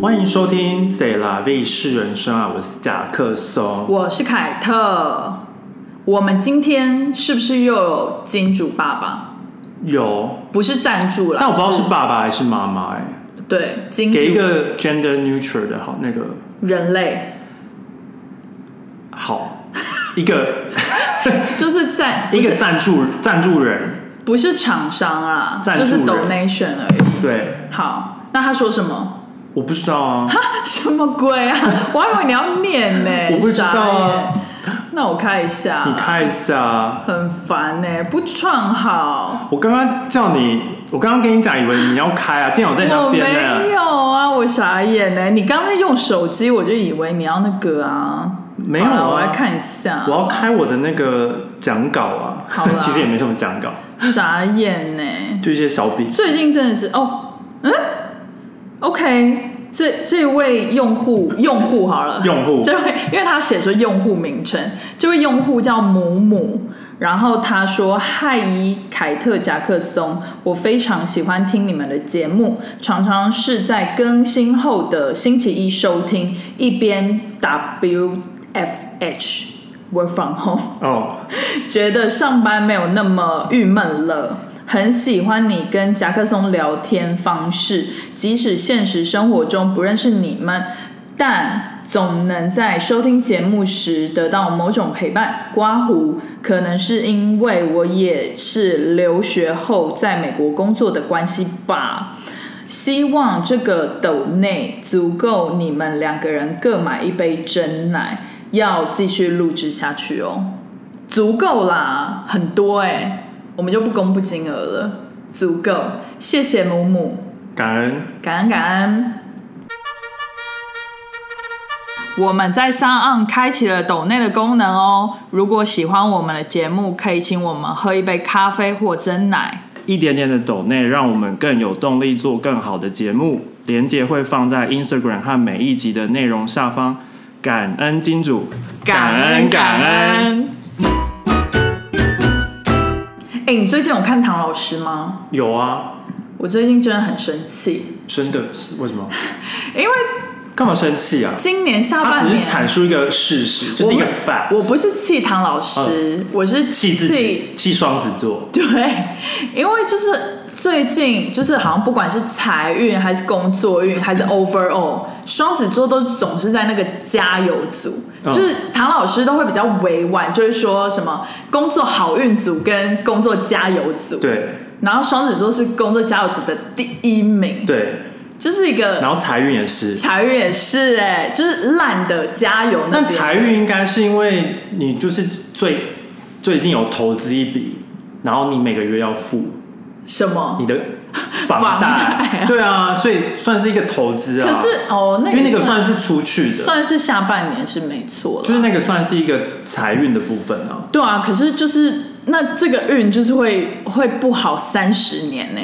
欢迎收听《塞拉卫视人生》啊，我是贾克松。我是凯特。我们今天是不是又有金主爸爸？有，不是赞助啦，但我不知道是爸爸还是妈妈哎、对金主给一个 gender neutral 的好那个人类，好一 个就是赞一不个是赞助赞助人，不是厂商啊，赞助就人是 donation 而已。对，好，那他说什么？ 我不知道啊，什么鬼啊？我还以为你要念呢、 我不知道啊傻眼。那我看一下，你看一下，啊很烦呢、不创好。我刚刚叫你，我刚刚跟你讲，以为你要开啊，电脑在你那我边没呢，有啊，我傻眼呢、你刚才用手机，我就以为你要那个啊。没有好啦啊，我来看一下。我要开我的那个讲稿啊好，啦 其实也没什么讲稿，傻眼呢、就一些小笔最近 真的是哦，嗯，OK，这这位用户用户好了，用户这位，因为他写说用户名称，这位用户叫母母。然后他说：“嗨，伊凯特夹克松，我非常喜欢听你们的节目，常常是在更新后的星期一收听，一边 WFH Work from home。”哦。 觉得上班没有那么郁闷了。很喜欢你跟夹克松聊天方式，即使现实生活中不认识你们，但总能在收听节目时得到某种陪伴。刮胡可能是因为我也是留学后在美国工作的关系吧。希望这个斗内足够你们两个人各买一杯真奶，要继续录制下去哦。足够啦，很多哎、我们就不公布金额了，足够。谢谢母母，感恩感恩感恩。我们在上岸开启了抖内的功能哦。如果喜欢我们的节目，可以请我们喝一杯咖啡或真奶。一点点的抖内，让我们更有动力做更好的节目。连接会放在 Instagram 和每一集的内容下方。感恩金主，感。恩。哎、你最近有看唐老师吗？有啊，我最近真的很生气，真的是为什么？因为干嘛生气啊？今年下他半年啊只是阐述一个事实，就是一个我不 fact。嗯我不是气唐老师，我是气自己，气双子座。 对，因为就是最近就是好像不管是财运还是工作运还是 overall，双子座都总是在那个加油组。嗯就是唐老师都会比较委婉，就是说什么工作好运组跟工作加油组，对然后双子座是工作加油组的第一名，对，就是一个然后财运也是，财运也是哎、就是烂的加油那但边，财运应该是因为你就是最最近有投资一笔，然后你每个月要付。什么？你的房房贷贷，啊对啊，所以算是一个投资啊。可是，哦，那因为那个算算是出去的，算是下半年是没错就了。是那个算是一个财运的部分啊。对啊，可是就是那这个运就是会会不好三十年呢、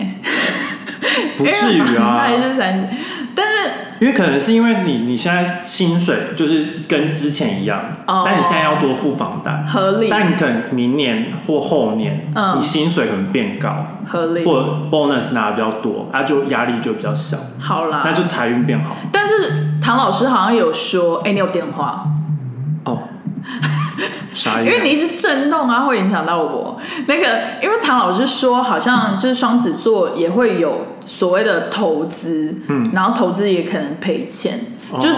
不至于啊因为房贷哎是三十，但是因为可能是因为你你现在薪水就是跟之前一样，哦但你现在要多付房贷，合理但你可能明年或后年，嗯你薪水可能变高，合理或 bonus 拿的比较多，啊，就压力就比较小，好那啦。就财运变好。但是唐老师好像有说，哎、你有电话， 哦，啥意因思？为你一直震动啊，会影响到我。那个，因为唐老师说，好嗯像就是双子座也会有所谓的投资，嗯，然后投资也可能赔钱。哦就是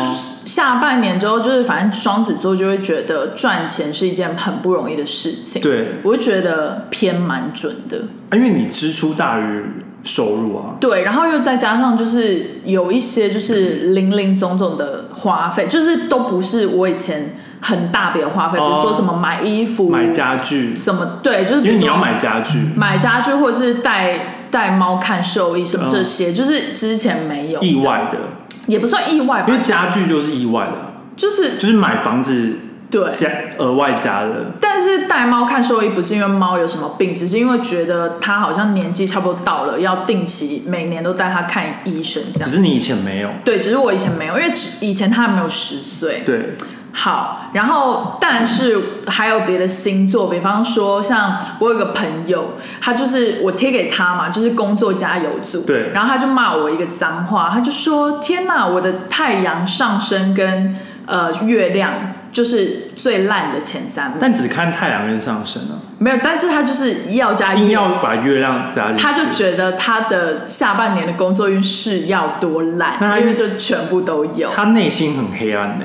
下半年之后，就是反正双子座就会觉得赚钱是一件很不容易的事情。，对，我就觉得偏蛮准的。啊因为你支出大于收入啊。对，然后又再加上就是有一些就是零零总总的花费，就是都不是我以前很大笔的花费，比如哦说什么买衣服、买家具，什么，对，就是比因为如你说要买家具，买家具或者是带带猫看兽医什么嗯这些，就是之前没有，意外的，也不算意外因吧为，家具就是意外的，就是就是买房子对。加额外加的。但是带猫看兽医不是因为猫有什么病，只是因为觉得它好像年纪差不多到了，要定期每年都带它看医生这只样。是你以前没有，对，只是我以前没有，因为只以前它还没有十岁。对，好，然后但是还有别的星座，比方说像我有个朋友，他就是我贴给他嘛，就是工作加油组，对然后他就骂我一个脏话，他就说：“天哪，我的太阳上升跟呃月亮就是最烂的前三名，但只看太阳跟上升啊，没有，但是他就是要加硬月要把月亮加进去，他就觉得他的下半年的工作运势要多那他烂，因为就全部都有。他内心很黑暗欸呢、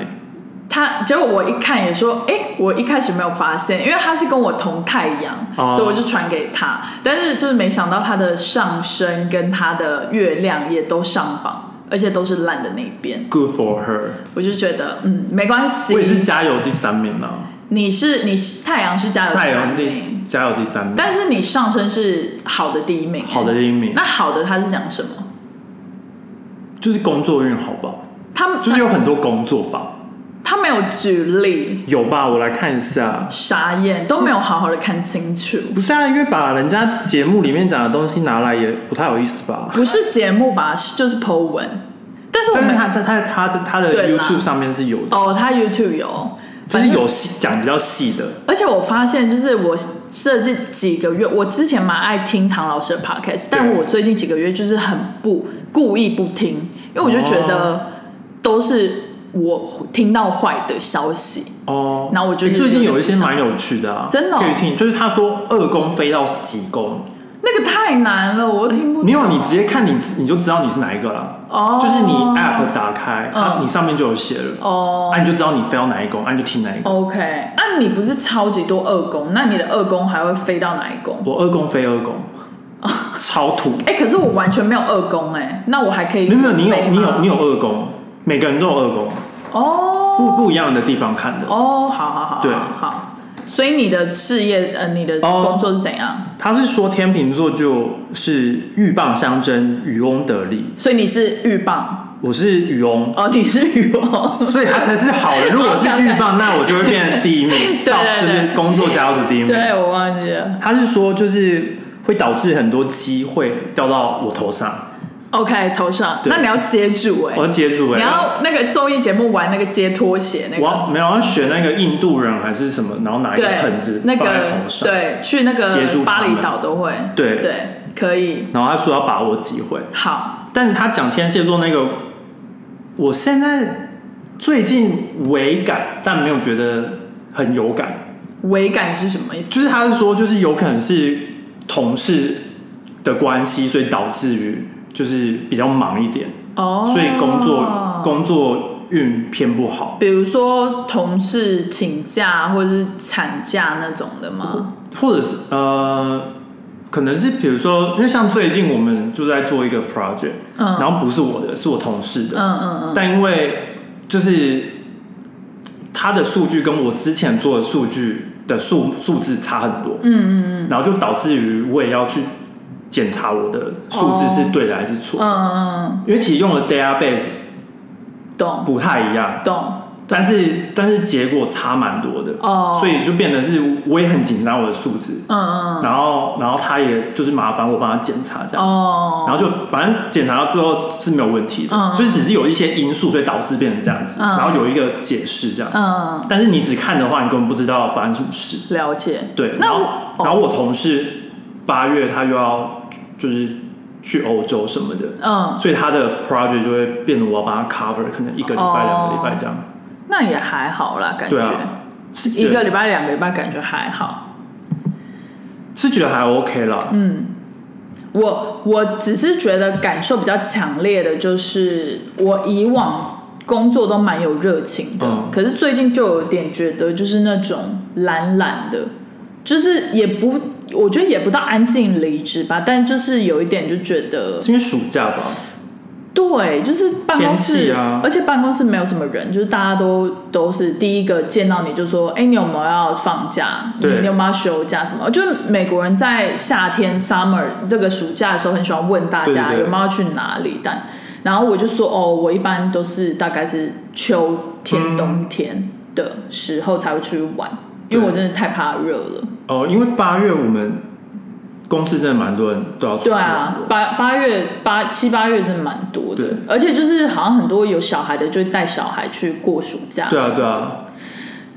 他结果我一看也说，哎、我一开始没有发现，因为他是跟我同太阳，哦所以我就传给他。但是就是没想到他的上升跟他的月亮也都上榜，而且都是烂的那一边。 Good for her，我就觉得，嗯，没关系我也。是加油第三名啊，你是你是太阳是加油太阳第三第名，加油第三名，呃但是你上升是好的第一名。好的第一名那好的他是讲什么？就是工作运好吧，他们就是有很多工作吧，他没有举例，有吧？我来看一下，傻眼都没有好好的看清楚。不是啊，因为把人家节目里面讲的东西拿来也不太有意思 吧？不是节目吧，是就是 Po 文，但是我但是们他他他他他的对啦 YouTube 上面是有的，哦，他 YouTube 有，就是反正。有细讲比较细的，而且我发现，就是我这这几个月，我之前蛮爱听唐老师的 podcast，但我最近几个月就是很不故意不听，因为我就觉哦得都是我听到坏的消息。哦，然后我就欸是最近有一些有点蛮有趣的啊，真的哦可以听，就是他说二宫飞到几宫，那个太难了，我听不懂。没有你直接看你你就知道你是哪一个啦，哦就是你 App 打开，它嗯你上面就有写了，哦，啊你就知道你飞到哪一宫，啊你就听哪一宫。 OK，那、你不是超级多二宫，那你的二宫还会飞到哪一宫？我二宫飞二宫，哦超土，哎、可是我完全没有二宫哎、那我还可以没有没有，你有飞吗你有你有二宫，每个人都有二宫，哦不不一样的地方看的。哦，好好好，对好好。所以你的事业呃，你的哦工作是怎样？他是说天秤座就是鹬蚌相争，渔翁得利，所以你是鹬蚌我是渔翁。 哦，你是鹬蚌，所以他才是好的。如果是鹬蚌，那我就会变成第一名， 对到对就是工作加组第一名。对我忘记了。他是说，就是会导致很多机会掉到我头上， OK，头上，对那你要接住哎、我要接住你哎、欸。要那个综艺节目玩那个接拖鞋那我个，要没有我要选那个印度人还是什么，然后拿一个盆对子，那放在个头上。对，去那个接住他巴们厘岛都会，对对，可以，然后他说要把握机会，好。但是他讲天蝎座那个，我现在最近微感，但没有觉得很有感，美感是什么意思？就是他是说，就是有可能是同事的关系，所以导致于就是比较忙一点，哦所以工作工作运偏不好，比如说同事请假或者是产假那种的吗？或者是呃，可能是比如说，因为像最近我们就在做一个 project，、嗯然后不是我的，是我同事的，嗯嗯嗯，但因为就是他的数据跟我之前做的数据的数数字差很多，嗯嗯嗯，然后就导致于我也要去检查我的数字是对的还是错，嗯嗯因为其实用的 database 嗯，懂不太一样，懂，但是但是结果差蛮多的，哦所以就变得是我也很紧张我的数字，嗯嗯然后然后他也就是麻烦我帮他检查这嗯，样。哦，然后就反正检查到最后是没有问题的，嗯就是只是有一些因素所以导致变成这样子，嗯然后有一个解释这样。嗯，但是你只看的话，你根本不知道发生什么事。了解。对，然那后、我哦然后我同事八月他又要就是去欧洲什么的，嗯，所以他的 project 就会变得我要帮他 cover，可能一个礼拜、哦两个礼拜这样。那也还好啦，感对觉啊，是一觉个得礼拜、两个礼拜感觉还好。是觉得还 OK 啦。嗯我我只是觉得感受比较强烈的就是，我以往工作都蛮有热情的，嗯可是最近就有点觉得就是那种懒懒的，就是也不，我觉得也不到安静离职吧，但就是有一点就觉得，是因为暑假吧，对，就是办公天气室，啊而且办公室没有什么人，就是大家都都是第一个见到你就说，哎，你有没有要放假？对你有没有要休假什么？就是美国人在夏天 summer 这个暑假的时候，很喜欢问大对对家对有没有要去哪里，但然后我就说，哦，我一般都是大概是秋天、嗯冬天的时候才会出去玩，因为对我真的太怕热了。哦、因为八月我们公司真的蛮多人都要出去对玩的啊，八八月八七八月真的蛮多的对，而且就是好像很多有小孩的就会带小孩去过暑假。对啊，对啊，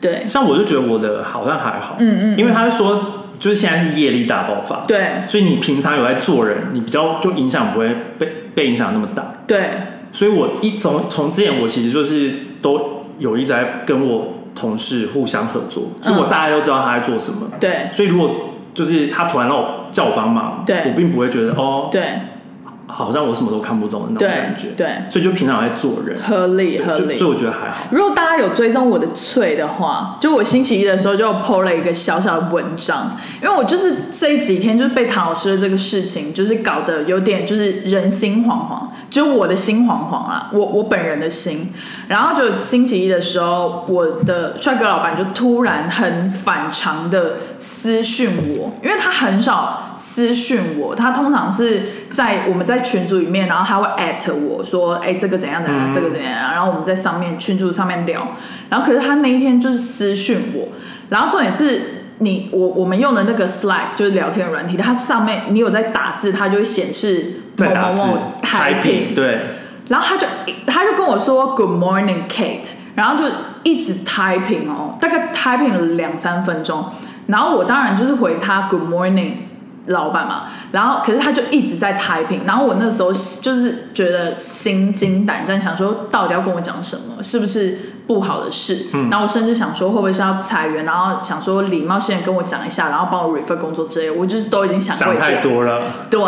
对像我就觉得我的好像还好，嗯嗯嗯因为他是说就是现在是业力大爆发，对所以你平常有在做人，你比较就影响不会被被影响那么大。对，所以我一从从之前我其实就是都有一直在跟我同事互相合作，嗯所以我大概都知道他在做什么。对所以如果就是他突然让我叫我帮忙，对我并不会觉得哦，对好像我什么都看不懂的那种对感觉。对，所以就平常在做人，合理对合就理所。以我觉得还好。如果大家有追踪我的翠的话，就我星期一的时候就 PO 了一个小小的文章，因为我就是这几天就是被唐老师的这个事情，就是搞得有点就是人心惶惶，就我的心惶惶啊，我我本人的心。然后就星期一的时候，我的帅哥老板就突然很反常的私讯我，因为他很少私讯我，他通常是在我们在群组里面，然后他会 at 我说，哎、这个怎样怎样，这个怎样，然后我们在上面群组上面聊，然后可是他那一天就是私讯我，然后重点是。你我我们用的那个 Slack 就是聊天软体，它上面你有在打字，它就会显示某在打某字某台品，对，然后他就他就跟我说 Good morning Kate，然后就一直 typing 哦，大概 typing 了两三分钟，然后我当然就是回他 Good morning 老板嘛，然后可是他就一直在 typing，然后我那时候就是觉得心惊胆战，想说到底要跟我讲什么，是不是不好的事？嗯然后我甚至想说会不会是要裁员，然后想说礼貌性地跟我讲一下，然后帮我 refer 工作之类的，我就是都已经想过想一太遍，多了，对，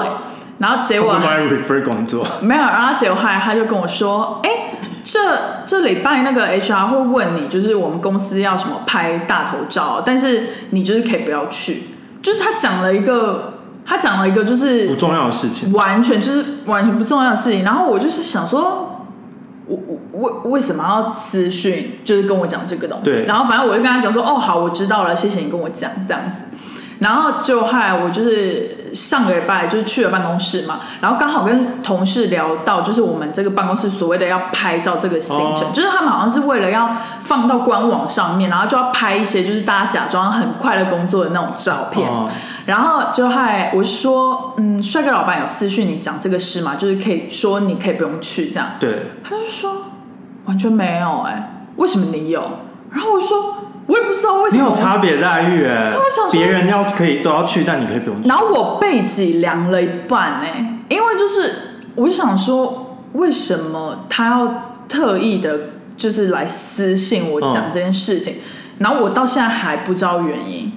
然后结我果啊不爱 refer 工作。没有，然后结果后来他就跟我说，哎、这这礼拜那个 HR 会问你，就是我们公司要什么拍大头照，但是你就是可以不要去，就是他讲了一个，他讲了一个就是不重要的事情，完全就是完全不重要的事情。然后我就是想说，我我我为什么要私讯，就是跟我讲这个东西对？然后反正我就跟他讲说，哦，好，我知道了，谢谢你跟我讲这样子。然后就后来我就是上个礼拜就是去了办公室嘛，然后刚好跟同事聊到，就是我们这个办公室所谓的要拍照这个行程，哦就是他们好像是为了要放到官网上面，然后就要拍一些就是大家假装很快乐工作的那种照片。哦然后就还我说，嗯，帅哥老板有私讯你讲这个事嘛，就是可以说你可以不用去这样。对，他就说完全没有哎、为什么你有？然后我说我也不知道为什你么。有差别待遇哎我想说，别人要可以都要去，但你可以不用去然。后我背脊凉了一半哎、因为就是我就想说，为什么他要特意的，就是来私信我讲嗯这件事情，然后我到现在还不知道原因，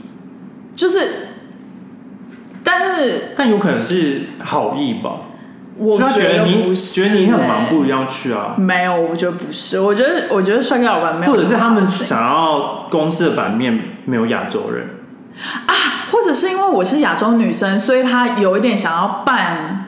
就是，但是但有可能是好意吧，我就他觉得不你是、觉得你很忙，不欸一定要去啊，没有，我觉得不是。我觉得，我觉得帅哥老板没有，或者是他们想要公司的版面没有亚洲人，啊，或者是因为我是亚洲女生，所以他有一点想要半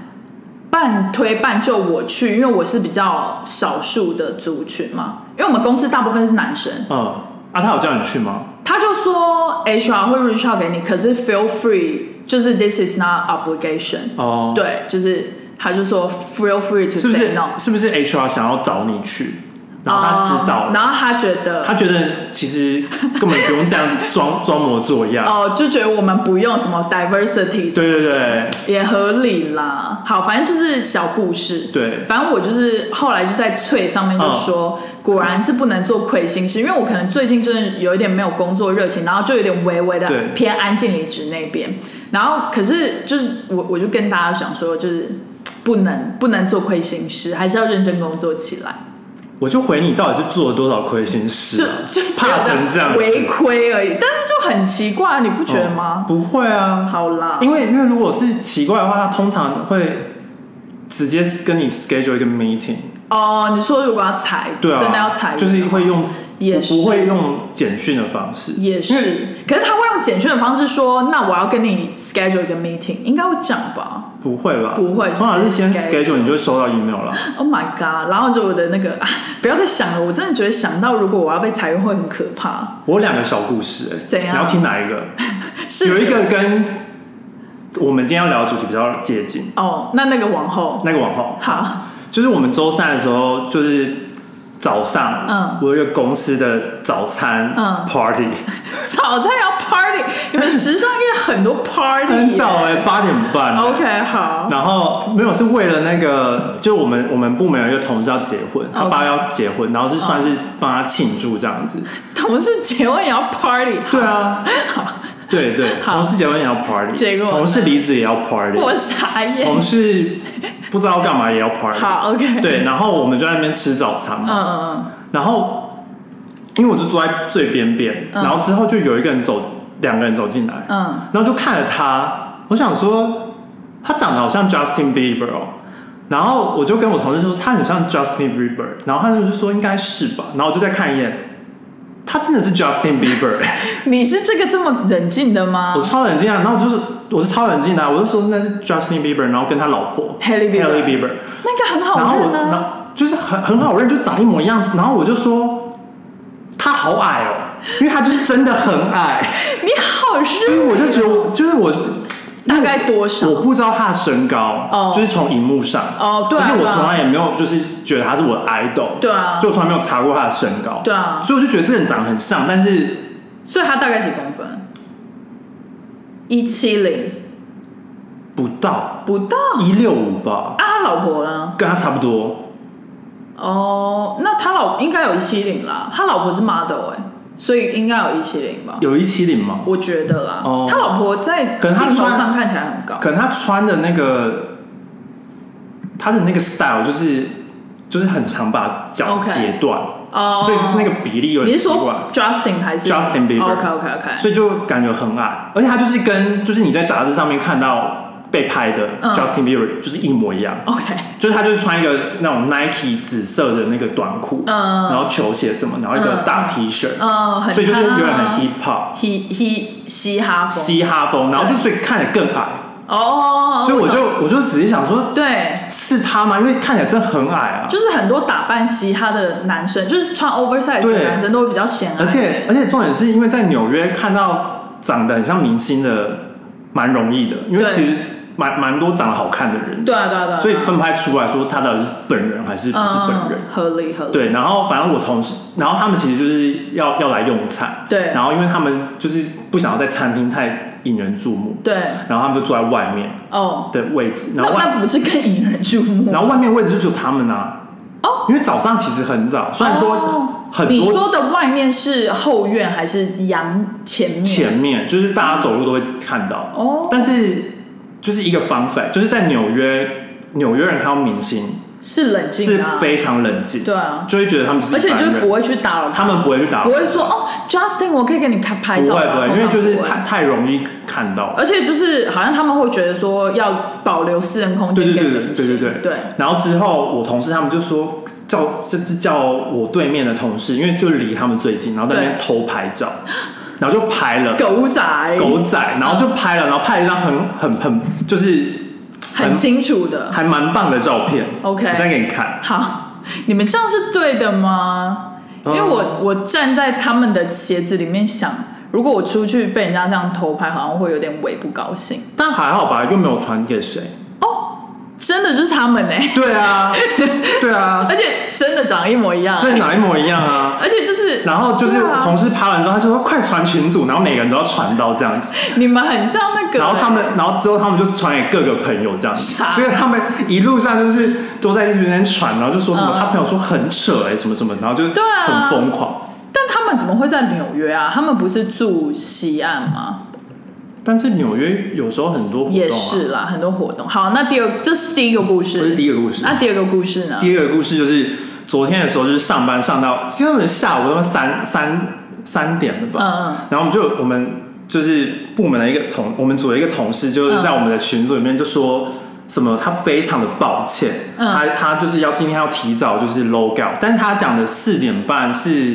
半推半就我去，因为我是比较少数的族群嘛。因为我们公司大部分是男生，嗯，啊，他有叫你去吗？他就说 HR 会 reach out 给你，可是 feel free，就是 this is not obligation、哦，，对，就是他就说 feel free to 是不 say 是 no，是不是 HR 想要找你去，然后他知道哦，然后他觉得他觉得其实根本不用这样子装装模作样， 哦，就觉得我们不用什么 diversity，对对对也合理啦。好，反正就是小故事。对嗯反正我就是后来就在翠上面就说，果然是不能做亏心事，因为我可能最近真的有一点没有工作热情，然后就有点微微的对偏安静离职那边。然后可是就是我我就跟大家想说，就是不能不能做亏心事，还是要认真工作起来。我就回你到底是做了多少亏心事就啊、就怕成这样子违亏而已，但是就很奇怪，啊你不觉得哦吗？不会啊，好啦，因为因为如果是奇怪的话，他通常会直接跟你 schedule 一个 meeting，哦，你说如果要裁，对啊，真的要裁员吗，就是会用也不是不会用简讯的方式，也因为是，可是他会用简讯的方式说，那我要跟你 schedule 一个 meeting，应该会讲吧不会吧？不会通常是先是 schedule schedule 你就会收到 email 了， ？Oh my god！然后就我的那个，啊、不要再想了，我真的觉得想到如果我要被裁员会很可怕。我有两个小故事、欸，怎样你要听哪一个？是有一个跟我们今天要聊的主题比较接近，哦，那那个往后那个往后好，就是我们周三的时候，就是早上，嗯我有一个公司的早餐嗯 party，、早餐要 party，你们时尚业很多 party，很早哎、八点半。 OK，好，然后没有是为了那个，就我们我们部门有一个同事要结婚，他 OK 爸要结婚，然后是算是帮他庆祝这样子。同事结婚也要 party，对啊，对对，好同事结婚也要 party，结果呢同事离职也要 party，我傻眼同。事不知道干嘛也要 party。好，OK，，对，然后我们就在那边吃早餐嗯嘛，嗯嗯，然后因为我就坐在最边边，嗯然后之后就有一个人走，两个人走进来，嗯，然后就看了他，我想说他长得好像 Justin Bieber 哦，然后我就跟我同事说他很像 Justin Bieber，然后他就说应该是吧，然后我就再看一眼，他真的是 Justin Bieber，、你是这个这么冷静的吗我超冷静啊，然后我就是我是超冷静的啊、我就说那是 Justin Bieber，然后跟他老婆 Hailey Bieber Hailey Bieber 那个很然好后我，认然后啊，就是很很好认，就长一模一样。然后我就说，他好矮哦，因为他就是真的很矮， 你好所以认，我就觉得我，就是我大概多少？我不知道他的身高，哦就是从荧幕上，哦对啊而且对我啊从来也没有就是觉得他是我的 idol，对啊所以我从来没有查过他的身高，对啊所以我就觉得这个人长得很像，但是所以他大概几公分？一七零不到不到啊，一六五吧，他老婆呢？跟他差不多，哦，那他老应该有一七零啦，他老婆是 model 哎、所以应该有一七零吧？有一七零吗？我觉得啦，哦他老婆在可能镜他头穿上看起来很高，可能他穿的那个，他的那个 style 就是就是很常把脚 OK 截断哦所以那个比例有你点是奇怪说，Justin 还是 Justin Bieber OK OK OK，所以就感觉很矮，而且他就是跟就是你在杂志上面看到被拍的嗯哦 Justin Bieber 就是一模一样。 OK，就是他就是穿一个那种 Nike 紫色的那个短裤，嗯然后球鞋什么，然后一个大 T 恤，嗯，很所以就是有点很嘻 hip hop 嘻嘻嘻哈风嘻哈风，然后就所以看起来更矮，哦，所以我懂就我就只是想说，对，是他吗？因为看起来真的很矮啊。就是很多打扮嘻哈的男生，就是穿 oversize 的对男生都会比较显矮，而且而且重点是因为在纽约看到长得很像明星的，蛮容易的，因为对其实蛮蛮多长得好看的人，对啊对啊对啊，所以对啊分拍出来说他到底是本人还是不是本人。嗯、合理合理，对，然后反正我同事，然后他们其实就是要要来用餐，对然后因为他们就是不想要在餐厅太引人注目，对然后他们就坐在外面哦，的位置，然那后外那不是更引人注目？然后外面位置就只有他们啊，哦，因为早上其实很早，虽然说哦很你多说的外面是后院还是阳前面？前面就是大家走路都会看到，哦但是就是一个方法，就是在纽约，纽约人看到明星是冷静是的啊、非常冷静，对啊，就会觉得他们是而且一般就是人不会去打扰他们不会去打不扰，会说哦，Justin，我可以给你拍拍不照吗啊会不会，因通为常就是不会太太容易看到，而且就是好像他们会觉得说要保留私人空对间对给对明对对星，对对然后之后我同事他们就说叫甚至叫我对面的同事，因为就离他们最近，然后在那边偷拍照，然后就拍了。狗仔狗仔，然后就拍了，然后拍了一张很很很就是很清楚的，还蛮棒的照片。 OK 我现在给你看。好，你们这样是对的吗？嗯因为我我站在他们的鞋子里面想，如果我出去被人家这样偷拍，好像会有点为不高兴。哦但还好吧，又没有传给谁。真的就是他们呢、对啊， 对啊， 而且真的长一模一样，这哪一模一样啊？而且就是，然后就是对啊同事拍完之后，他就说快传群组，然后每个人都要传到这样子。你们很像那个，欸然后他们，然后之后他们就传给各个朋友这样子，傻所以他们一路上就是都在那边传，然后就说什么、嗯他朋友说很扯哎、什么什么，然后就对啊很疯狂。但他们怎么会在纽约啊？他们不是住西岸吗？但是纽约有时候很多活动、啊，也是啦，很多活动。好，那第二，这是第一个故这是事。第一个故事。那第二个故事呢？第二个故事就是昨天的时候，就是上班上到今天下午他妈三三三点了吧，嗯嗯然后我们就我们就是部门的一个同，我们组的一个同事就是在我们的群组里面就说。什么？他非常的抱歉，嗯他他就是要今天要提早就是 log out，但是他讲的四点半是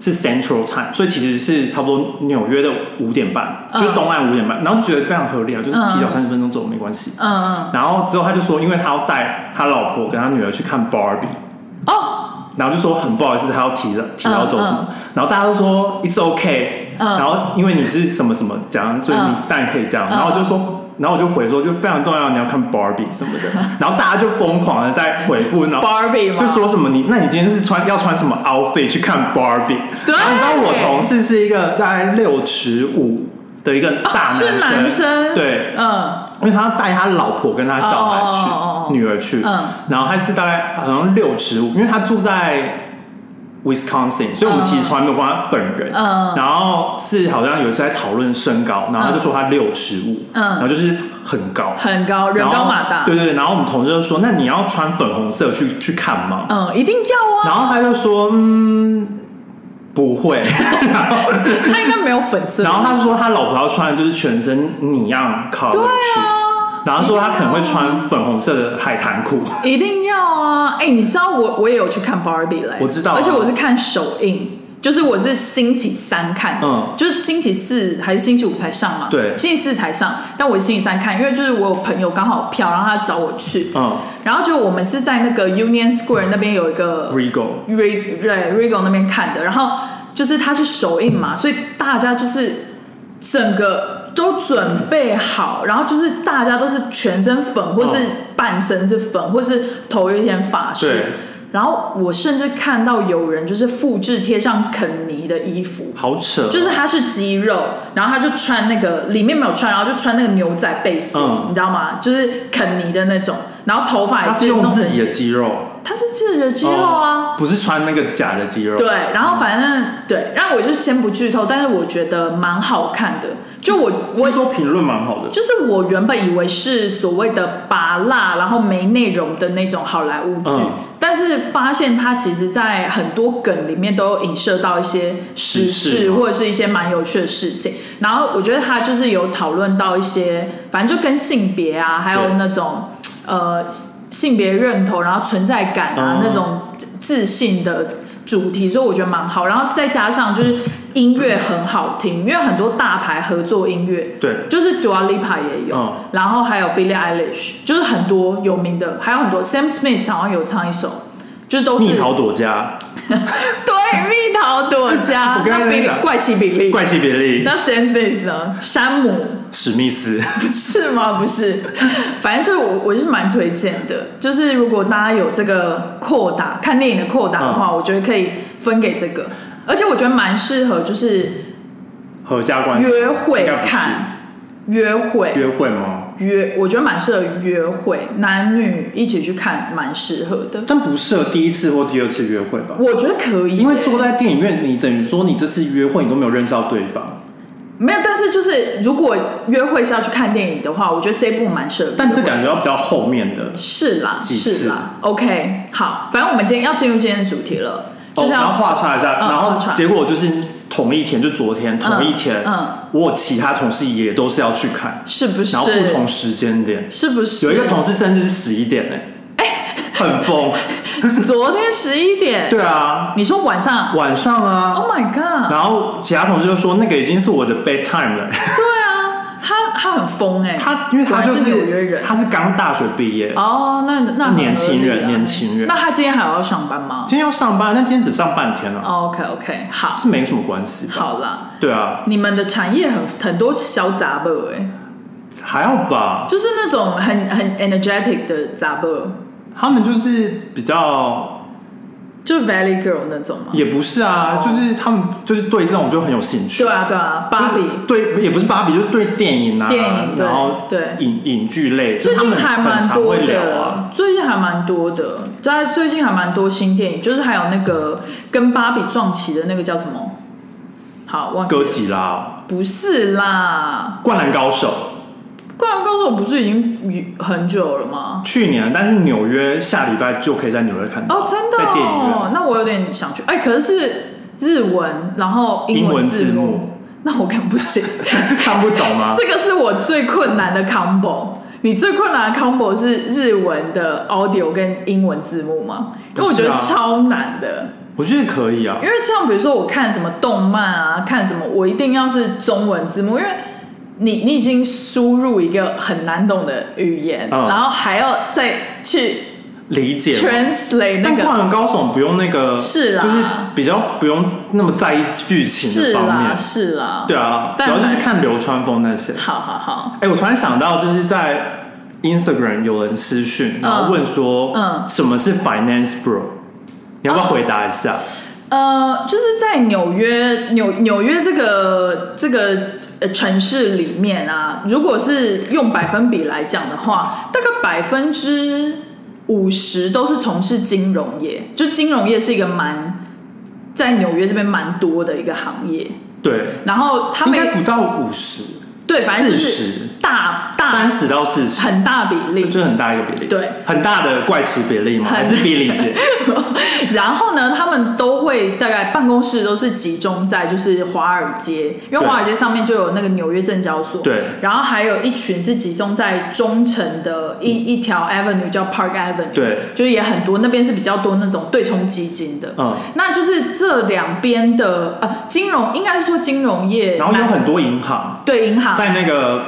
是 Central Time，所以其实是差不多纽约的五点半，嗯就是东岸五点半，然后就觉得非常合理啊，就是提早嗯三十分钟走没关系。嗯，嗯然后之后他就说，因为他要带他老婆跟他女儿去看 Barbie，哦，然后就说很不好意思，他要提了提早走什么，然后大家都说 It's OK，、嗯然后因为你是什么什么讲，所以你嗯当然可以这样，嗯然后我就说然后我就回说，就非常重要，你要看 Barbie 什么的。然后大家就疯狂的在回复，然后 Barbie 吗？就说什么你，那你今天是穿要穿什么 outfit 去看 Barbie？对然后你知道我同事是一个大概六尺五的一个大啊是男生，男生，对，嗯，因为他要带他老婆跟他小孩去，哦哦哦哦女儿去，嗯然后他是大概好像六尺五，因为他住在 Wisconsin，所以我们其实从来没有看他本人，嗯然后是好像有一次在讨论身高，然后他就说他六尺五，嗯然后就是很高，很高，人然高后马大，对对，对然后我们同事就说，那你要穿粉红色去去看吗？嗯，一定要啊，然后他就说，嗯，不会。 他应该没有粉色，然后他说他老婆要穿的就是全身你样 color 对去，啊，然后说他可能会穿粉红色的海滩裤。一定要啊！哎、你知道我我也有去看 Barbie 嘞，我知道啊而且我是看首映，就是我是星期三看，嗯就是星期四还是星期五才上嘛，对星期四才上，但我星期三看，因为就是我有朋友刚好有票，然后他找我去，嗯然后就我们是在那个 Union Square 那边有一个，Regal， Re 对 Regal 那边看的，然后就是它是首映嘛，所以大家就是整个都准备好，然后就是大家都是全身粉，或是嗯半身是粉，或是头有一点发饰对。然后我甚至看到有人就是复制贴上肯尼的衣服，好扯，哦就是他是肌肉，然后他就穿那个里面没有穿，然后就穿那个牛仔背心，嗯你知道吗？就是肯尼的那种，然后头发也他是用弄成自己的肌肉，他是自己的肌肉啊，哦不是穿那个假的肌肉。对，然后反正对，然后我就先不剧透，但是我觉得蛮好看的。就我我听说评论蛮好的，就是我原本以为是所谓的拔辣，然后没内容的那种好莱坞剧，嗯但是发现它其实在很多梗里面都有影射到一些时时事事嘛或者是一些蛮有趣的事情。然后我觉得它就是有讨论到一些，反正就跟性别啊，还有对那种呃性别认同，然后存在感啊、嗯那种自信的主题，所以我觉得蛮好。然后再加上就是音乐很好听，因为很多大牌合作音乐。对，就是 Dua Lipa 也有，嗯然后还有 Billie Eilish，就是很多有名的，还有很多 Sam Smith 好像有唱一首，就是都是蜜桃躲家，对蜜桃朵家 我，刚才那在比想怪奇比利，怪奇别离，那 Sam Smith 呢？山姆史密斯， 不 是吗？不是，反正就是我我是蛮推荐的，就是如果大家有这个扩打看电影的扩打的嗯话，我觉得可以分给这个，而且我觉得蛮适合就是合家观赏约嗯会应该不是看，约会约会吗？约，我觉得蛮适合约会，男女一起去看蛮适合的。但不适合第一次或第二次约会吧，我觉得可以耶，因为坐在电影院，你等于说你这次约会你都没有认识到对方，没有，但是就是如果约会是要去看电影的话，我觉得这一部蛮适合约会。但这感觉要比较后面的。是啦，几次是啦，OK，好，反正我们今天要进入今天的主题了，哦就，是然要后画叉一下，嗯然画后叉结果就是同一天，就昨天同一天，嗯我有其他同事也都是要去看，是不是然后不同时间点，是不是有一个同事甚至是十一点哎、很疯，昨天十一点，对啊，你说晚上晚上啊， ，Oh my god，然后其他同事就说那个已经是我的 bedtime 了，对啊，他他很疯哎，他因为他果然就是纽约人他是刚大学毕业，哦，那那很合理啊年轻人年轻人那他今天还要上班吗今天要上班，但今天只上半天了、啊？OK OK，好，是没什么关系吧？好啦，对啊，你们的产业很很多小杂报哎，还好吧，就是那种很很 energetic 的杂报，他们就是比较就是 Valley Girl 那种嘛。也不是啊，就是他们就是对这种就很有兴趣。哦对啊对啊，芭比就是对，也不是芭比，就是对电影啊，电影对然后对影影剧类，就最是他近们还很蛮常多会聊的，啊。最近还蛮多的，在最近还蛮多新电影，就是还有那个跟芭比撞齐的那个叫什么？好，忘记哥了，吉拉、不是啦，灌篮高手， 《灌篮高手》不是已经很久了吗？去年，但是纽约下礼拜就可以在纽约看到，哦，真的在电影哦院，，那我有点想去，哎、可是是日文，然后英文文字字幕 那我看不行，看不懂啊吗？这个是我最困难的 combo。你最困难的 combo 是日文的 audio 跟英文字幕吗？因为我觉得不是啊超难的，我觉得可以啊因，为像比如说我看什么动漫啊，看什么，我一定要是中文字幕，因为你你已经输入一个很难懂的语言，嗯然后还要再去理解嘛 translate 那但《个灌篮高手》不用那个，是啦就是比较不用那么在意剧情是的方啦面。是啦，对啊，主但要就是看流川枫那些。好好好，哎、我突然想到，就是在 Instagram 有人私讯，然后问说，嗯哦什么是 Finance Bro？你要不要回答一下？呃，就是在纽约纽纽约这个这个呃城市里面啊，如果是用百分比来讲的话，大概百分之五十都是从事金融业，就金融业是一个蛮在纽约这边蛮多的一个行业，对，然后他应们该不到五十，对，反正就40是大大三十到四十，很大比例，就很大一个比例。对很大的怪奇比例吗？很还是比例 姐？然后呢，他们都会大概办公室都是集中在就是华尔街，对因为华尔街上面就有那个纽约证交所，对然后还有一群是集中在中城的一一条 avenue 叫 Park Avenue，嗯对，就是也很多，那边是比较多那种对冲基金的，嗯，那就是这两边的呃金融，应该是说金融业，然后有很多银行对银行在那个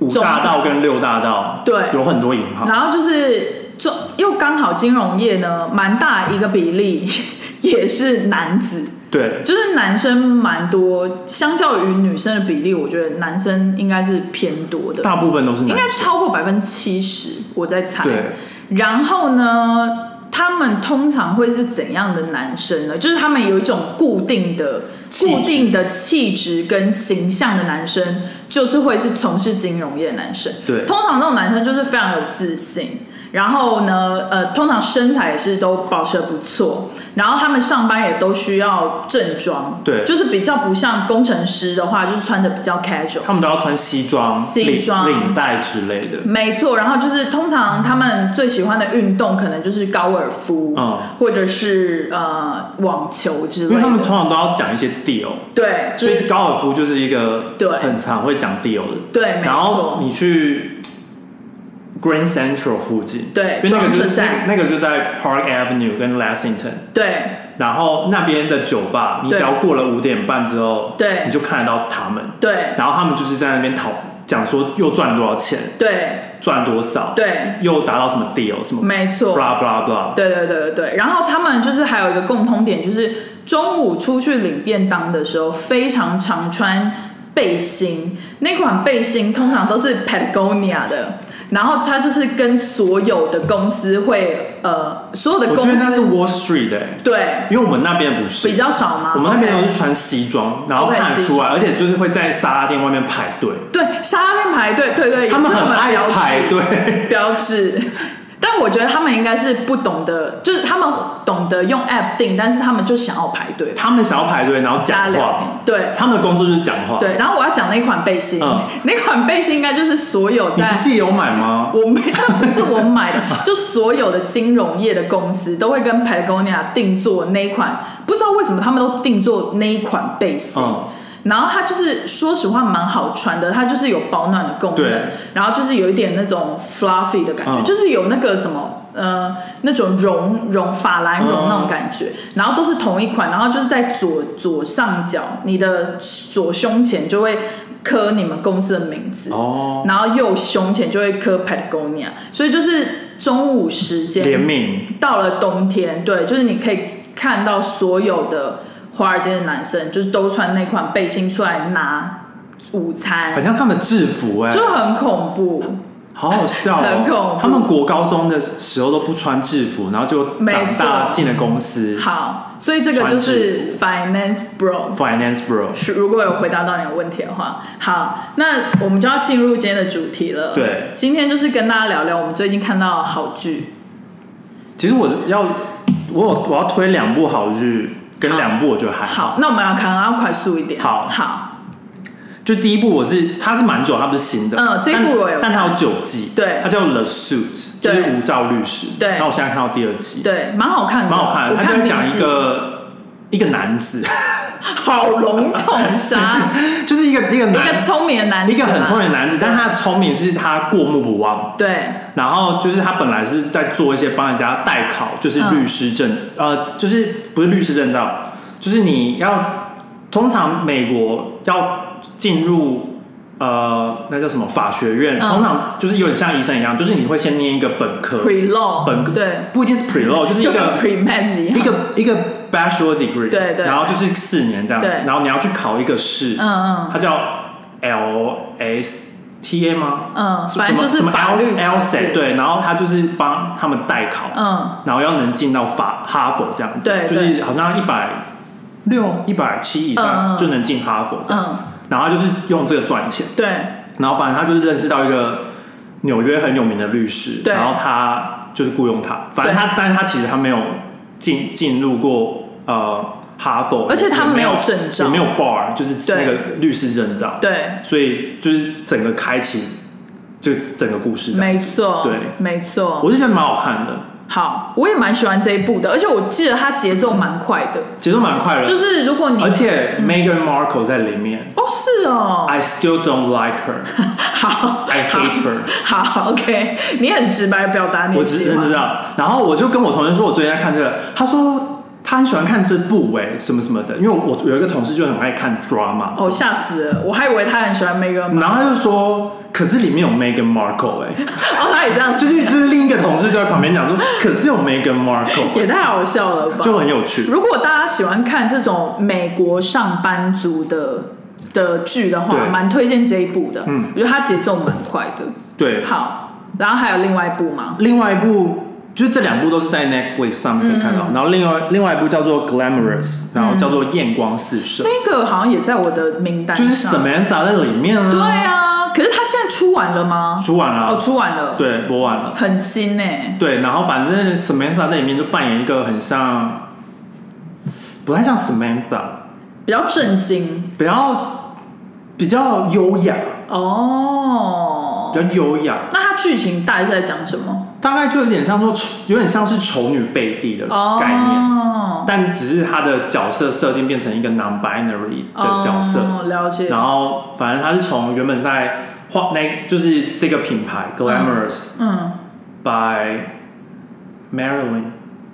五大道跟六大道，对有很多银行。然后就是中又刚好金融业呢，蛮大一个比例 也是男子，对，就是男生蛮多，相较于女生的比例，我觉得男生应该是偏多的，大部分都是应男该生。超过百分之七十，我在猜。对，然后呢，他们通常会是怎样的男生呢？就是他们有一种固定的、气质固定的气质跟形象的男生，就是会是从事金融业的男生。对通常这种男生就是非常有自信。然后呢，呃，通常身材也是都保持得不错，然后他们上班也都需要正装，对就是比较不像工程师的话，就是穿的比较 casual，他们都要穿西装、西领装领带之类的。没错，然后就是通常他们最喜欢的运动可能就是高尔夫，嗯或者是呃网球之因类为他们的。通常都要讲一些 deal，对，就所以是高尔夫就是一个对很常会讲 deal 的。对，没然后错，你去 Grand Central 附近，对因为那个就庄车站那个就在 Park Avenue 跟 Lexington，对然后那边的酒吧，你只对要过了五点半之后，对你就看得到他们，对然后他们就是在那边讨讲说又赚多少钱，对赚多少，，对，又达到什么 deal 什么没错， blah blah blah，对对对对对。然后他们就是还有一个共通点，就是中午出去领便当的时候，非常常穿背心。那款背心通常都是 Patagonia 的，然后它就是跟所有的公司会呃，所有的我公觉得司那是 Wall Street 的、欸，对因为我们那边不是比较少吗？我们那边 OK 都是穿西装，然后 OK，看得出来，而且就是会在沙拉店外面排队，对沙拉店排队，对对，他们也是很的爱标志排队，标志。但我觉得他们应该是不懂得，就是他们懂得用 app 订，但是他们就想要排队他们想要排队，然后加讲聊话天，，对他们的工作就是讲话。，对。然后我要讲那一款背心，嗯那款背心应该就是所有你在不是也有买吗？我没，不是我买的， 就所有的金融业的公司都会跟 Patagonia 定做那一款，不知道为什么他们都定做那一款背心。嗯然后它就是，说实话蛮好穿的，它就是有保暖的功能对，然后就是有一点那种 fluffy 的感觉，嗯就是有那个什么呃那种绒绒法兰绒嗯那种感觉，然后都是同一款，然后就是在左左上角你的左胸前就会刻你们公司的名字，哦，然后右胸前就会刻 Patagonia，所以就是中午时联间名，到了冬天，对，就是你可以看到所有的华尔街的男生，就是都穿那款背心出来拿午餐好，像他们制服哎、就很恐怖，好好笑 很恐哦怖。他们国高中的时候都不穿制服，然后就没长大错进了公司好，所以这个就是 finance bro。 ，finance bro。是如果有回答到你的问题的话，好，那我们就要进入今天的主题了。对今天就是跟大家聊聊我们最近看到的好剧。其实我要我有我要推两部好剧，跟好两部我觉得还好。好，那我们要看，要快速一点。好好，就第一部我是它是蛮久，它不是新的，嗯这一部但我有看但它有九季，对它叫 The Suit，就对是无照律师，对那我现在看到第二季，对，蛮好看的，蛮好看的，我它就看在讲第一季个一个男子， 好笼统杀，就是一个一个一个男聪明的男子，啊一个很聪，明的男子，但他的聪明是他过目不忘。对然后就是他本来是在做一些帮人家代考，就是嗯律师证，呃，就是不是律师证照，就是你要通常美国要进入呃，那叫什么法学院，嗯通常就是有点像医生一样，就是你会先念一个本科， pre law 本对，不一定是 pre law，就是一就跟个 pre med 一样，一个一个 bachelor degree，对对然后就是四年这样子对，然后你要去考一个试，嗯嗯它叫 LSTA 吗？嗯，什么反正就是什么法律 L LSA 对，然后他就是帮他们代考，嗯然后要能进到法哈佛这样子，对就是好像一百六、一百七以嗯嗯上嗯就能进哈佛这样，嗯，然后他就是用这个赚钱，对然后反正他就是认识到一个纽约很有名的律师，对然后他就是雇佣他，反正他，但是他其实他没有进进入过呃哈佛，而且他也没没有证照也没有 bar，就是那对个律师证照，对，所以就是整个开启这整个故事这样。没错，对没错。我是觉得蛮好看的，好，我也蛮喜欢这一部的，而且我记得它节奏蛮快的，节奏蛮快的，就是如果你而且 Meghan Markle 在里面哦是哦， ，I still don't like her, 好 I hate her。好好 OK，你很直白地表达 你我喜只欢认知道。然后我就跟我同学说，我最近在看这个，他说他很喜欢看这部哎、什么什么的，因为我有一个同事就很爱看 drama，、哦吓死了，我还以为他很喜欢 Megan，然后他就说，可是里面有 Meghan Markle 哎、 哦他也这样，就是就是另一个同事就在旁边讲 说，可是有 Meghan Markle，也太好笑了吧，就很有趣。如果大家喜欢看这种美国上班族的的剧的话，对蛮推荐这一部的。嗯我觉得它节奏蛮快的。对，好，然后还有另外一部吗？另外一部。就是这两部都是在 Netflix 上面可以看嗯到，然后另外另外一部叫做 Glamorous，然后叫做艳光四射，这个好像也在我的名单就上。是 Samantha 在里面对啊，啊，可是它现在出完了吗？出完了，哦，出完了，，对，播完了。很新欸呢、对，然后反正 Samantha 在里面就扮演一个很像，不太像 Samantha，比较震惊比较比较优雅，哦比。较优雅，那它剧情大概是在讲什么？大概就有点像说丑，有点像是丑女贝蒂的哦，概念，但只是她的角色设定变成一个 non-binary 的角色，哦、了解。然后反正她是从原本在画那就是这个品牌 Glamorous、嗯 by Marilyn，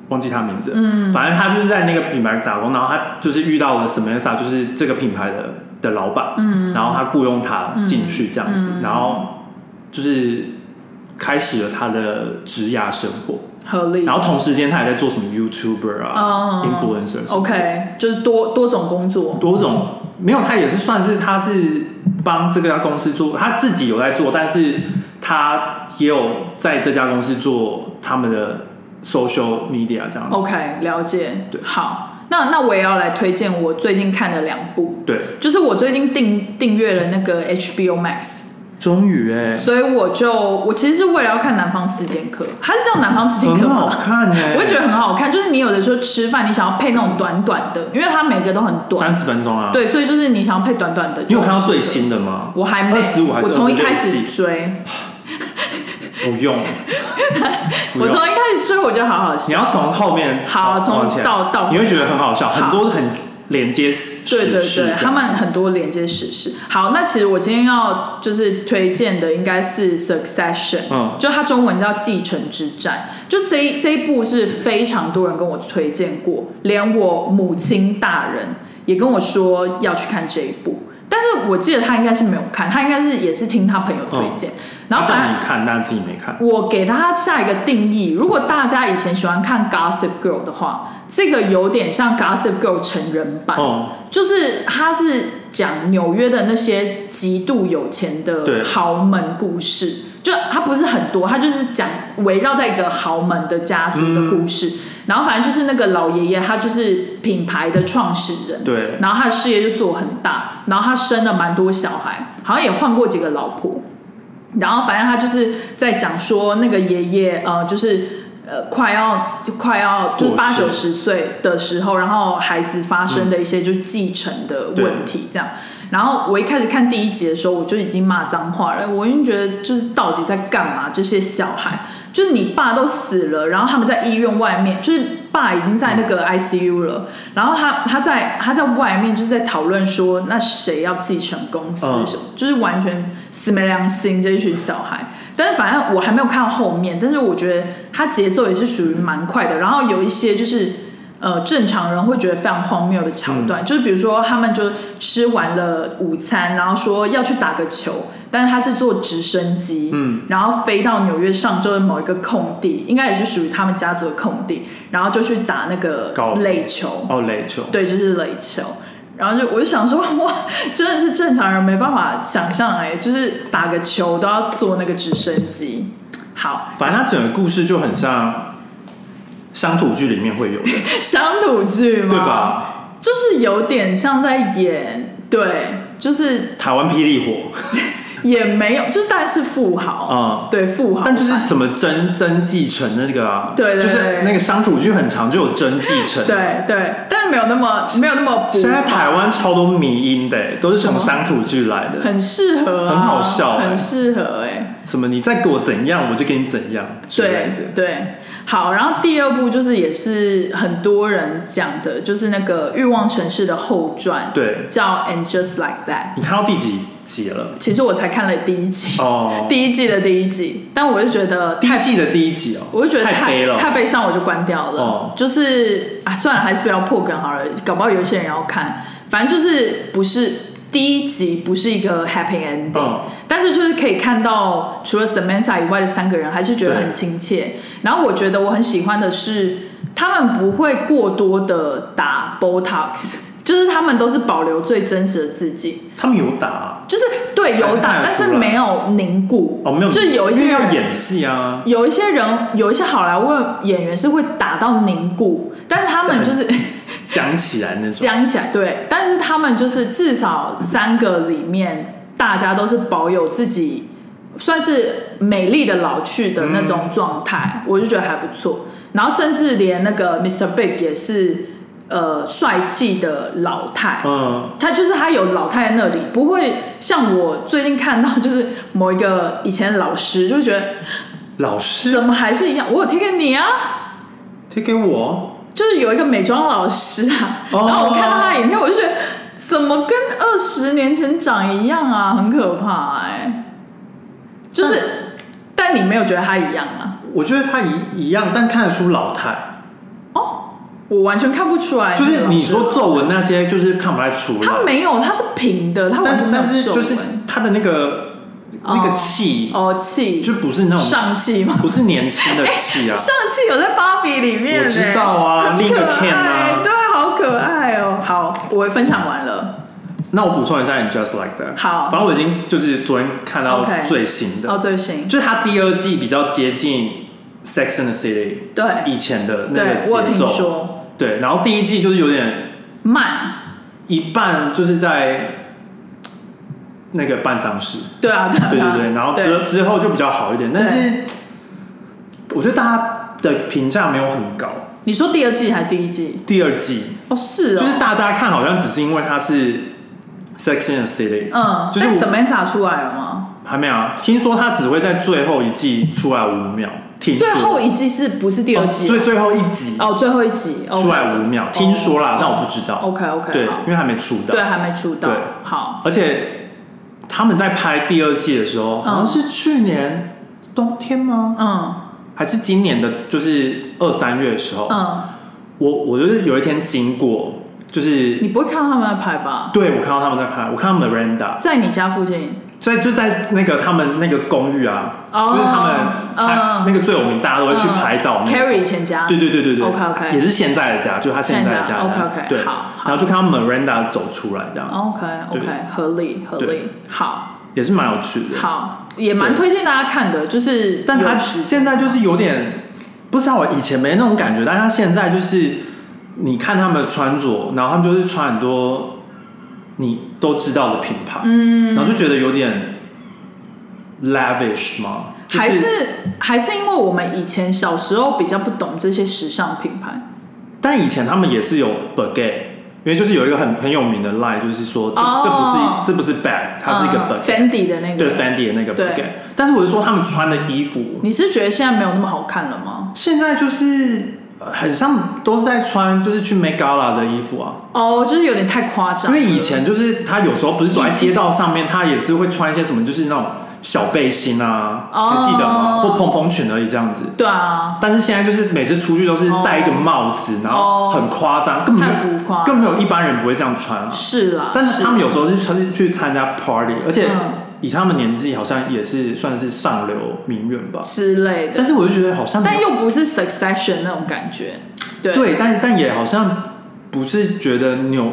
忘记他名字。嗯，反正他就是在那个品牌打工，然后他就是遇到了 Samantha，就是这个品牌的的老板。嗯，然后他雇佣他进去这样子，然后就是开始了他的职涯生活。合理。然后同时间他也在做什么 YouTuber 啊、哦 Influencer 什么 OK，就是多多种工作。多种。没有，他也是算是他是帮这家公司做，他自己有在做，但是他也有在这家公司做他们的 social media 这样子。 OK，了解。对好，那那我也要来推荐我最近看的两部，对，就是我最近订订阅了那个 HBO Max，终于哎、所以我就我其实是为了要看《南方四剑客》，它是叫《南方四剑客》很好吗？看哎、 我也觉得很好看，就是你有的时候吃饭，你想要配那种短短的，因为它每个都很短，三十分钟啊。，对，所以就是你想要配短短的。你有看到就是最新的吗？我还没， 25还是我从一开26始季追，不用，不我用从一开始追我就好好你笑。要从后面好往从往前到到你会觉得很好笑，好很多很连接史对对史事这对样，他们很多连接实事。好，那其实我今天要就是推荐的应该是《Succession》，嗯就它中文叫《继承之战》，就这一这一部是非常多人跟我推荐过，连我母亲大人也跟我说要去看这一部，但是我记得他应该是没有看，他应该是也是听他朋友推荐，然嗯他后叫反正你看，但自己没看。我给它下一个定义：如果大家以前喜欢看《Gossip Girl》的话，这个有点像《Gossip Girl》成人版，哦就是它是讲纽约的那些极度有钱对的豪门故事，就它不是很多，它就是讲围绕在一个豪门的家族的故事。嗯然后反正就是那个老爷爷，他就是品牌的创始人，对然后他的事业就做很大，然后他生了蛮多小孩，好像也换过几个老婆。然后反正他就是在讲说那个爷爷呃，就是呃快要快要就是过八世九十岁的时候，然后孩子发生的一些就继承的问题这样。然后我一开始看第一集的时候，我就已经骂脏话了，我就觉得就是到底在干嘛？这些小孩，就是你爸都死了，然后他们在医院外面，就是爸已经在那个 ICU 了，然后他他在他在外面就是在讨论说，那谁要继承公司嗯什么，就是完全死没良心这一群小孩。但是反正我还没有看到后面，但是我觉得它节奏也是属于蛮快的，然后有一些就是呃正常人会觉得非常荒谬的桥段，就是比如说他们就吃完了午餐，然后说要去打个球，但是他是坐直升机，嗯，然后飞到纽约上周的某一个空地，应该也是属于他们家族的空地，然后就去打那个高尔夫垒球，哦，垒球，对，就是垒球。然后就我就想说，哇，真的是正常人没办法想象哎、就是打个球都要坐那个直升机。好，反正它整个故事就很像乡土剧里面会有的，乡土剧嘛，对？吧？就是有点像在演，对，哦就是台湾霹雳火，也没有，就是大概是富豪，嗯，对富豪版，但就是怎么争争继承那个啊？对对对就是那个乡土剧很长，就有争继承。，对对，但没有那么没有那么浮现在台湾超多迷音的，都是从什乡土剧来的，很适合、啊，很好笑哎很适合哎、什么你再给我怎样，我就给你怎样之类对的。对，好，然后第二部就是也是很多人讲的，就是那个《欲望城市》的后传，对，叫《And Just Like That》。你看到第几集了？其实我才看了第一集，哦，第一季的第一集，但我就觉得第太，一季的第一集哦，我就觉得太悲了，太悲伤，我就关掉了。哦就是啊，算了，还是不要破梗好了，搞不好有一些人要看。反正就是不是第一集不是一个 happy ending，、嗯但是就是可以看到，除了 Samantha 以外的三个人，还是觉得对很亲切。然后我觉得我很喜欢的是，他们不会过多的打 Botox，就是 他们都是保留最真实的自己。他们有打啊就是对有还是打，看得但出来是没有凝固哦，没有，就有一因些为要人，演戏啊，有一些人，有一些好莱坞演员是会打到凝固，但是他们就是讲起来那种。僵起来，对，但是他们就是至少三个里面，大家都是保有自己算是美丽的老去的那种状态，我就觉得还不错。然后甚至连那个 Mr. Big 也是呃帅气的老太，嗯，他就是他有老太太那里，不会像我最近看到就是某一个以前的老师，就觉得老师怎么还是一样，我有贴给你啊，贴给我，就是有一个美妆老师啊，哦然后我看到他的影片，我就觉得怎么跟二十年前长一样啊，很可怕哎、就是，但你没有觉得他一样啊？我觉得他一一样，但看得出老态，我完全看不出来，就是你那说个老师皱纹那些，就是看不太出他来，没有，他是平的，他完但全没有但是皱就是纹他的那个那个气，哦气就不是那种上气吗？不是年轻的气啊，上次有在芭比里面、欸，我知道啊很可爱另一个 Ken 啊对，好可爱哦。好，我分享完了，那我补充一下，And Just Like That。好反正我已经就是昨天看到 OK 最新的到最新，就是它第二季比较接近 Sex and the City 对以前的那对个，我有节听奏。说对，然后第一季就是有点慢，一半就是在那个办丧事，对啊，对啊，对啊对对，然后之之后就比较好一点，但是我觉得大家的评价没有很高。你说第二季还是第一季？第二季哦，是哦，就是大家看好像只是因为它是 Sex and the City，嗯，就是但我 Samantha 出来了吗？还没有啊，听说它只会在最后一季出来五秒，听说最后一季是不是第二季哦啊？最最后一集哦，最后一集出来五秒，听说啦，但我不知道。 OK OK，对，因为还没出对的。还没出到对，好，而且他们在拍第二季的时候，好像是去年冬天吗？嗯还是今年的，就是二三月的时候，嗯，我我就是有一天经过，就是你不会看到他们在拍吧？对我看到他们在拍，我看到 Miranda 在你家附近？在就在那个他们那个公寓啊，哦就是他们拍、嗯那个最有名，大家都会去嗯拍照那个 Carrie 以前家，对对对对对 OK，OK 也是现在的家，就是他现在的家现在的，OK，OK，对，好好哦然后就看到 Miranda 走出来这样， OK 对 OK，合理合理对，好也是蛮有趣的。好，也蛮对推荐大家看的，就是但他有时现在就是有点不知道，我以前没那种感觉，但他现在就是你看他们的穿着，然后他们就是穿很多你都知道的品牌，嗯，然后就觉得有点 lavish 嘛，就还是还是因为我们以前小时候比较不懂这些时尚品牌但以前他们也是有 bagay。因为就是有一个很很有名的 line，就是说这、哦这不是这不是 bag，它是一个嗯 bagay、 Fendi 的那对个， Fendi 的那个对 bagay，但是我是说他们穿的衣服，你是觉得现在没有那么好看了吗？现在就是呃很像都是在穿就是去 Met Gala 的衣服啊，哦，就是有点太夸张因了，为以前就是他有时候不是走在街道上面，他也是会穿一些什么就是那种小背心啊，哦还记得吗？或蓬蓬裙而已这样子。对啊，但是现在就是每次出去都是戴一个帽子，然后很夸张，根本哦太就浮夸，根本没有一般人不会这样穿啊。是啦。但是他们有时候是穿是去参加 party，而且嗯以他们年纪好像也是算是上流名媛吧。之类但的，是我就觉得好像但又不是 Succession 那种感觉，对对，但但也好像不是觉得纽，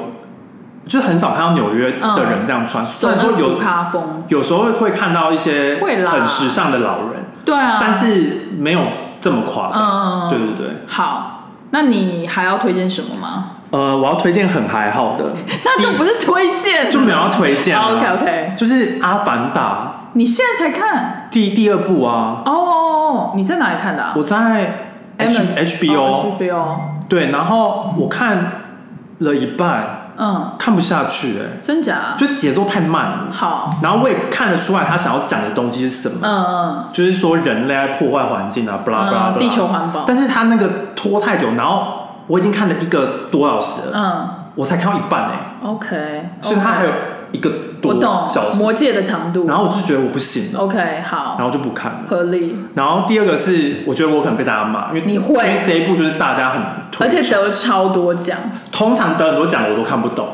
就很少看到纽约嗯的人这样穿。虽然说走那个有浮咖风，有时候会看到一些会啦很时尚的老人，对啊，但是没有这么夸张。嗯嗯嗯对对对，好，那你还要推荐什么吗？呃，我要推荐很还好的， 那就不是哦推荐，就没有要推荐、啊。 OK OK， 就是《阿凡达你现在才看》第第二部啊，哦哦，哦你在哪里看的、啊？我在 H Amazon- HBO、哦 HBO，对，然后我看了一半，嗯，看不下去、欸，真假？就节奏太慢了。好，然后我也看得出来他想要讲的东西是什么，嗯嗯就是说人类在破坏环境啊，巴拉巴拉嗯，地球环保，但是他那个拖太久，然后我已经看了一个多小时了，嗯我才看到一半哎、 ，OK，欸，所以他还有一个多我懂小时。魔界的长度然后我就觉得我不行了， ，OK，然好，后就不看了。合理，然后第二个是，我觉得我可能被大家骂，因为你会因为这一部就是大家很推而且崇得超多奖，通常得很多奖我都看不懂，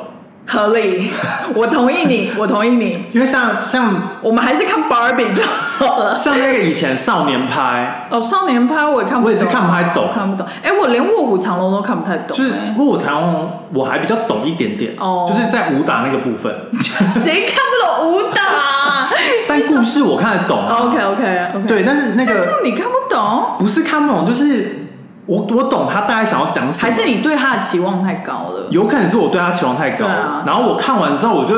合 理，我同意你，我同意你，因为像像我们还是看 Barbie 就好 了。像那个以前少年拍，哦，少年派我也看不懂，我也是看不太懂看不懂。哎、我连卧虎藏龙都看不太懂、就是哎《卧虎藏龙》，我还比较懂一点点，哦就是在武打那个部 分，谁看不懂武打、 啊、但故事我看得懂啊、 ？OK OK OK，对，但是那个你看不懂，不是看不懂，就是我我懂他大概想要讲什么，还是你对他的期望太高了？有可能是我对他期望太高了，对啊然后我看完之后我就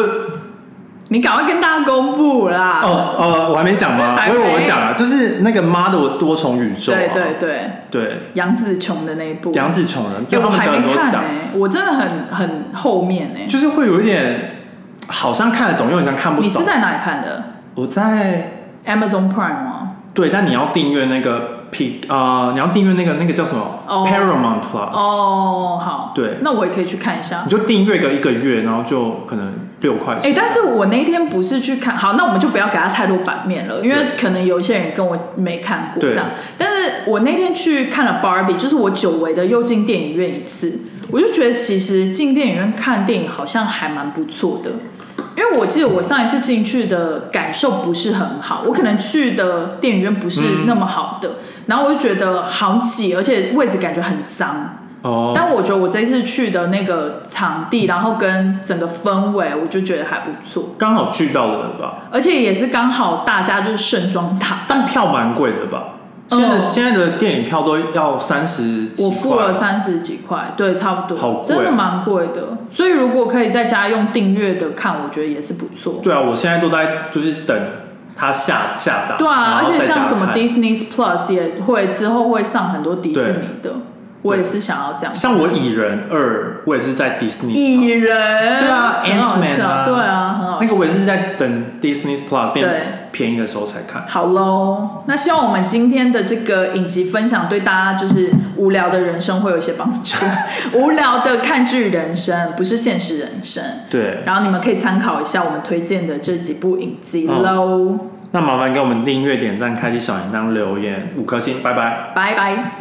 你赶快跟大家公布啦！，哦呃，我还没讲吗？ 还我没以为我讲了，就是那个妈的我多重宇宙、啊，对对对，对，杨紫琼的那一部，杨紫琼人，哎就他我们还得没很多看奖。哎、我真的很很后面哎、就是会有一点好像看得懂，又好像看不懂。你是在哪里看的我在？Amazon Prime 吗？对，但你要订阅那个 P 啊、你要订阅那个那个叫什么、哦 Paramount Plus，、哦，好，对那我也可以去看一下你。就订阅个一个月，然后就可能六块哎、钱。但是我那天不是去看，好，那我们就不要给他太多版面了，因为对可能有一些人跟我没看过对这样。但是我那天去看了《Barbie》，就是我久违的又进电影院一次，我就觉得其实进电影院看电影好像还蛮不错的，因为我记得我上一次进去的感受不是很好，我可能去的电影院不是嗯那么好的，然后我就觉得好挤，而且位置感觉很脏。哦，但我觉得我这一次去的那个场地，然后跟整个氛围，我就觉得还不错，刚好去到了吧，而且也是刚好大家就是盛装打扮。但票蛮贵的吧？现在的、哦现在的电影票都要三十，我付了，三十几块，对，差不多，啊好贵啊真的蛮贵的。所以如果可以在家用订阅的看，我觉得也是不错。对啊，我现在都在就是等它下下档，对啊，然而后且在家像什么看 Disney Plus 也会之后会上很多迪士尼的，我也是想要这样。像我《蚁人二》，我也是在 Disney 蚁人，对啊很好，Ant-Man 笑啊对啊，很好那个我也是在等 Disney Plus 变对便宜的时候才看。好喽，那希望我们今天的这个影集分享对大家就是无聊的人生会有一些帮助，无聊的看剧人生不是现实人生。对，然后你们可以参考一下我们推荐的这几部影集喽，那麻烦给我们订阅、点赞、开启小铃铛、留言五颗星，拜拜。拜拜。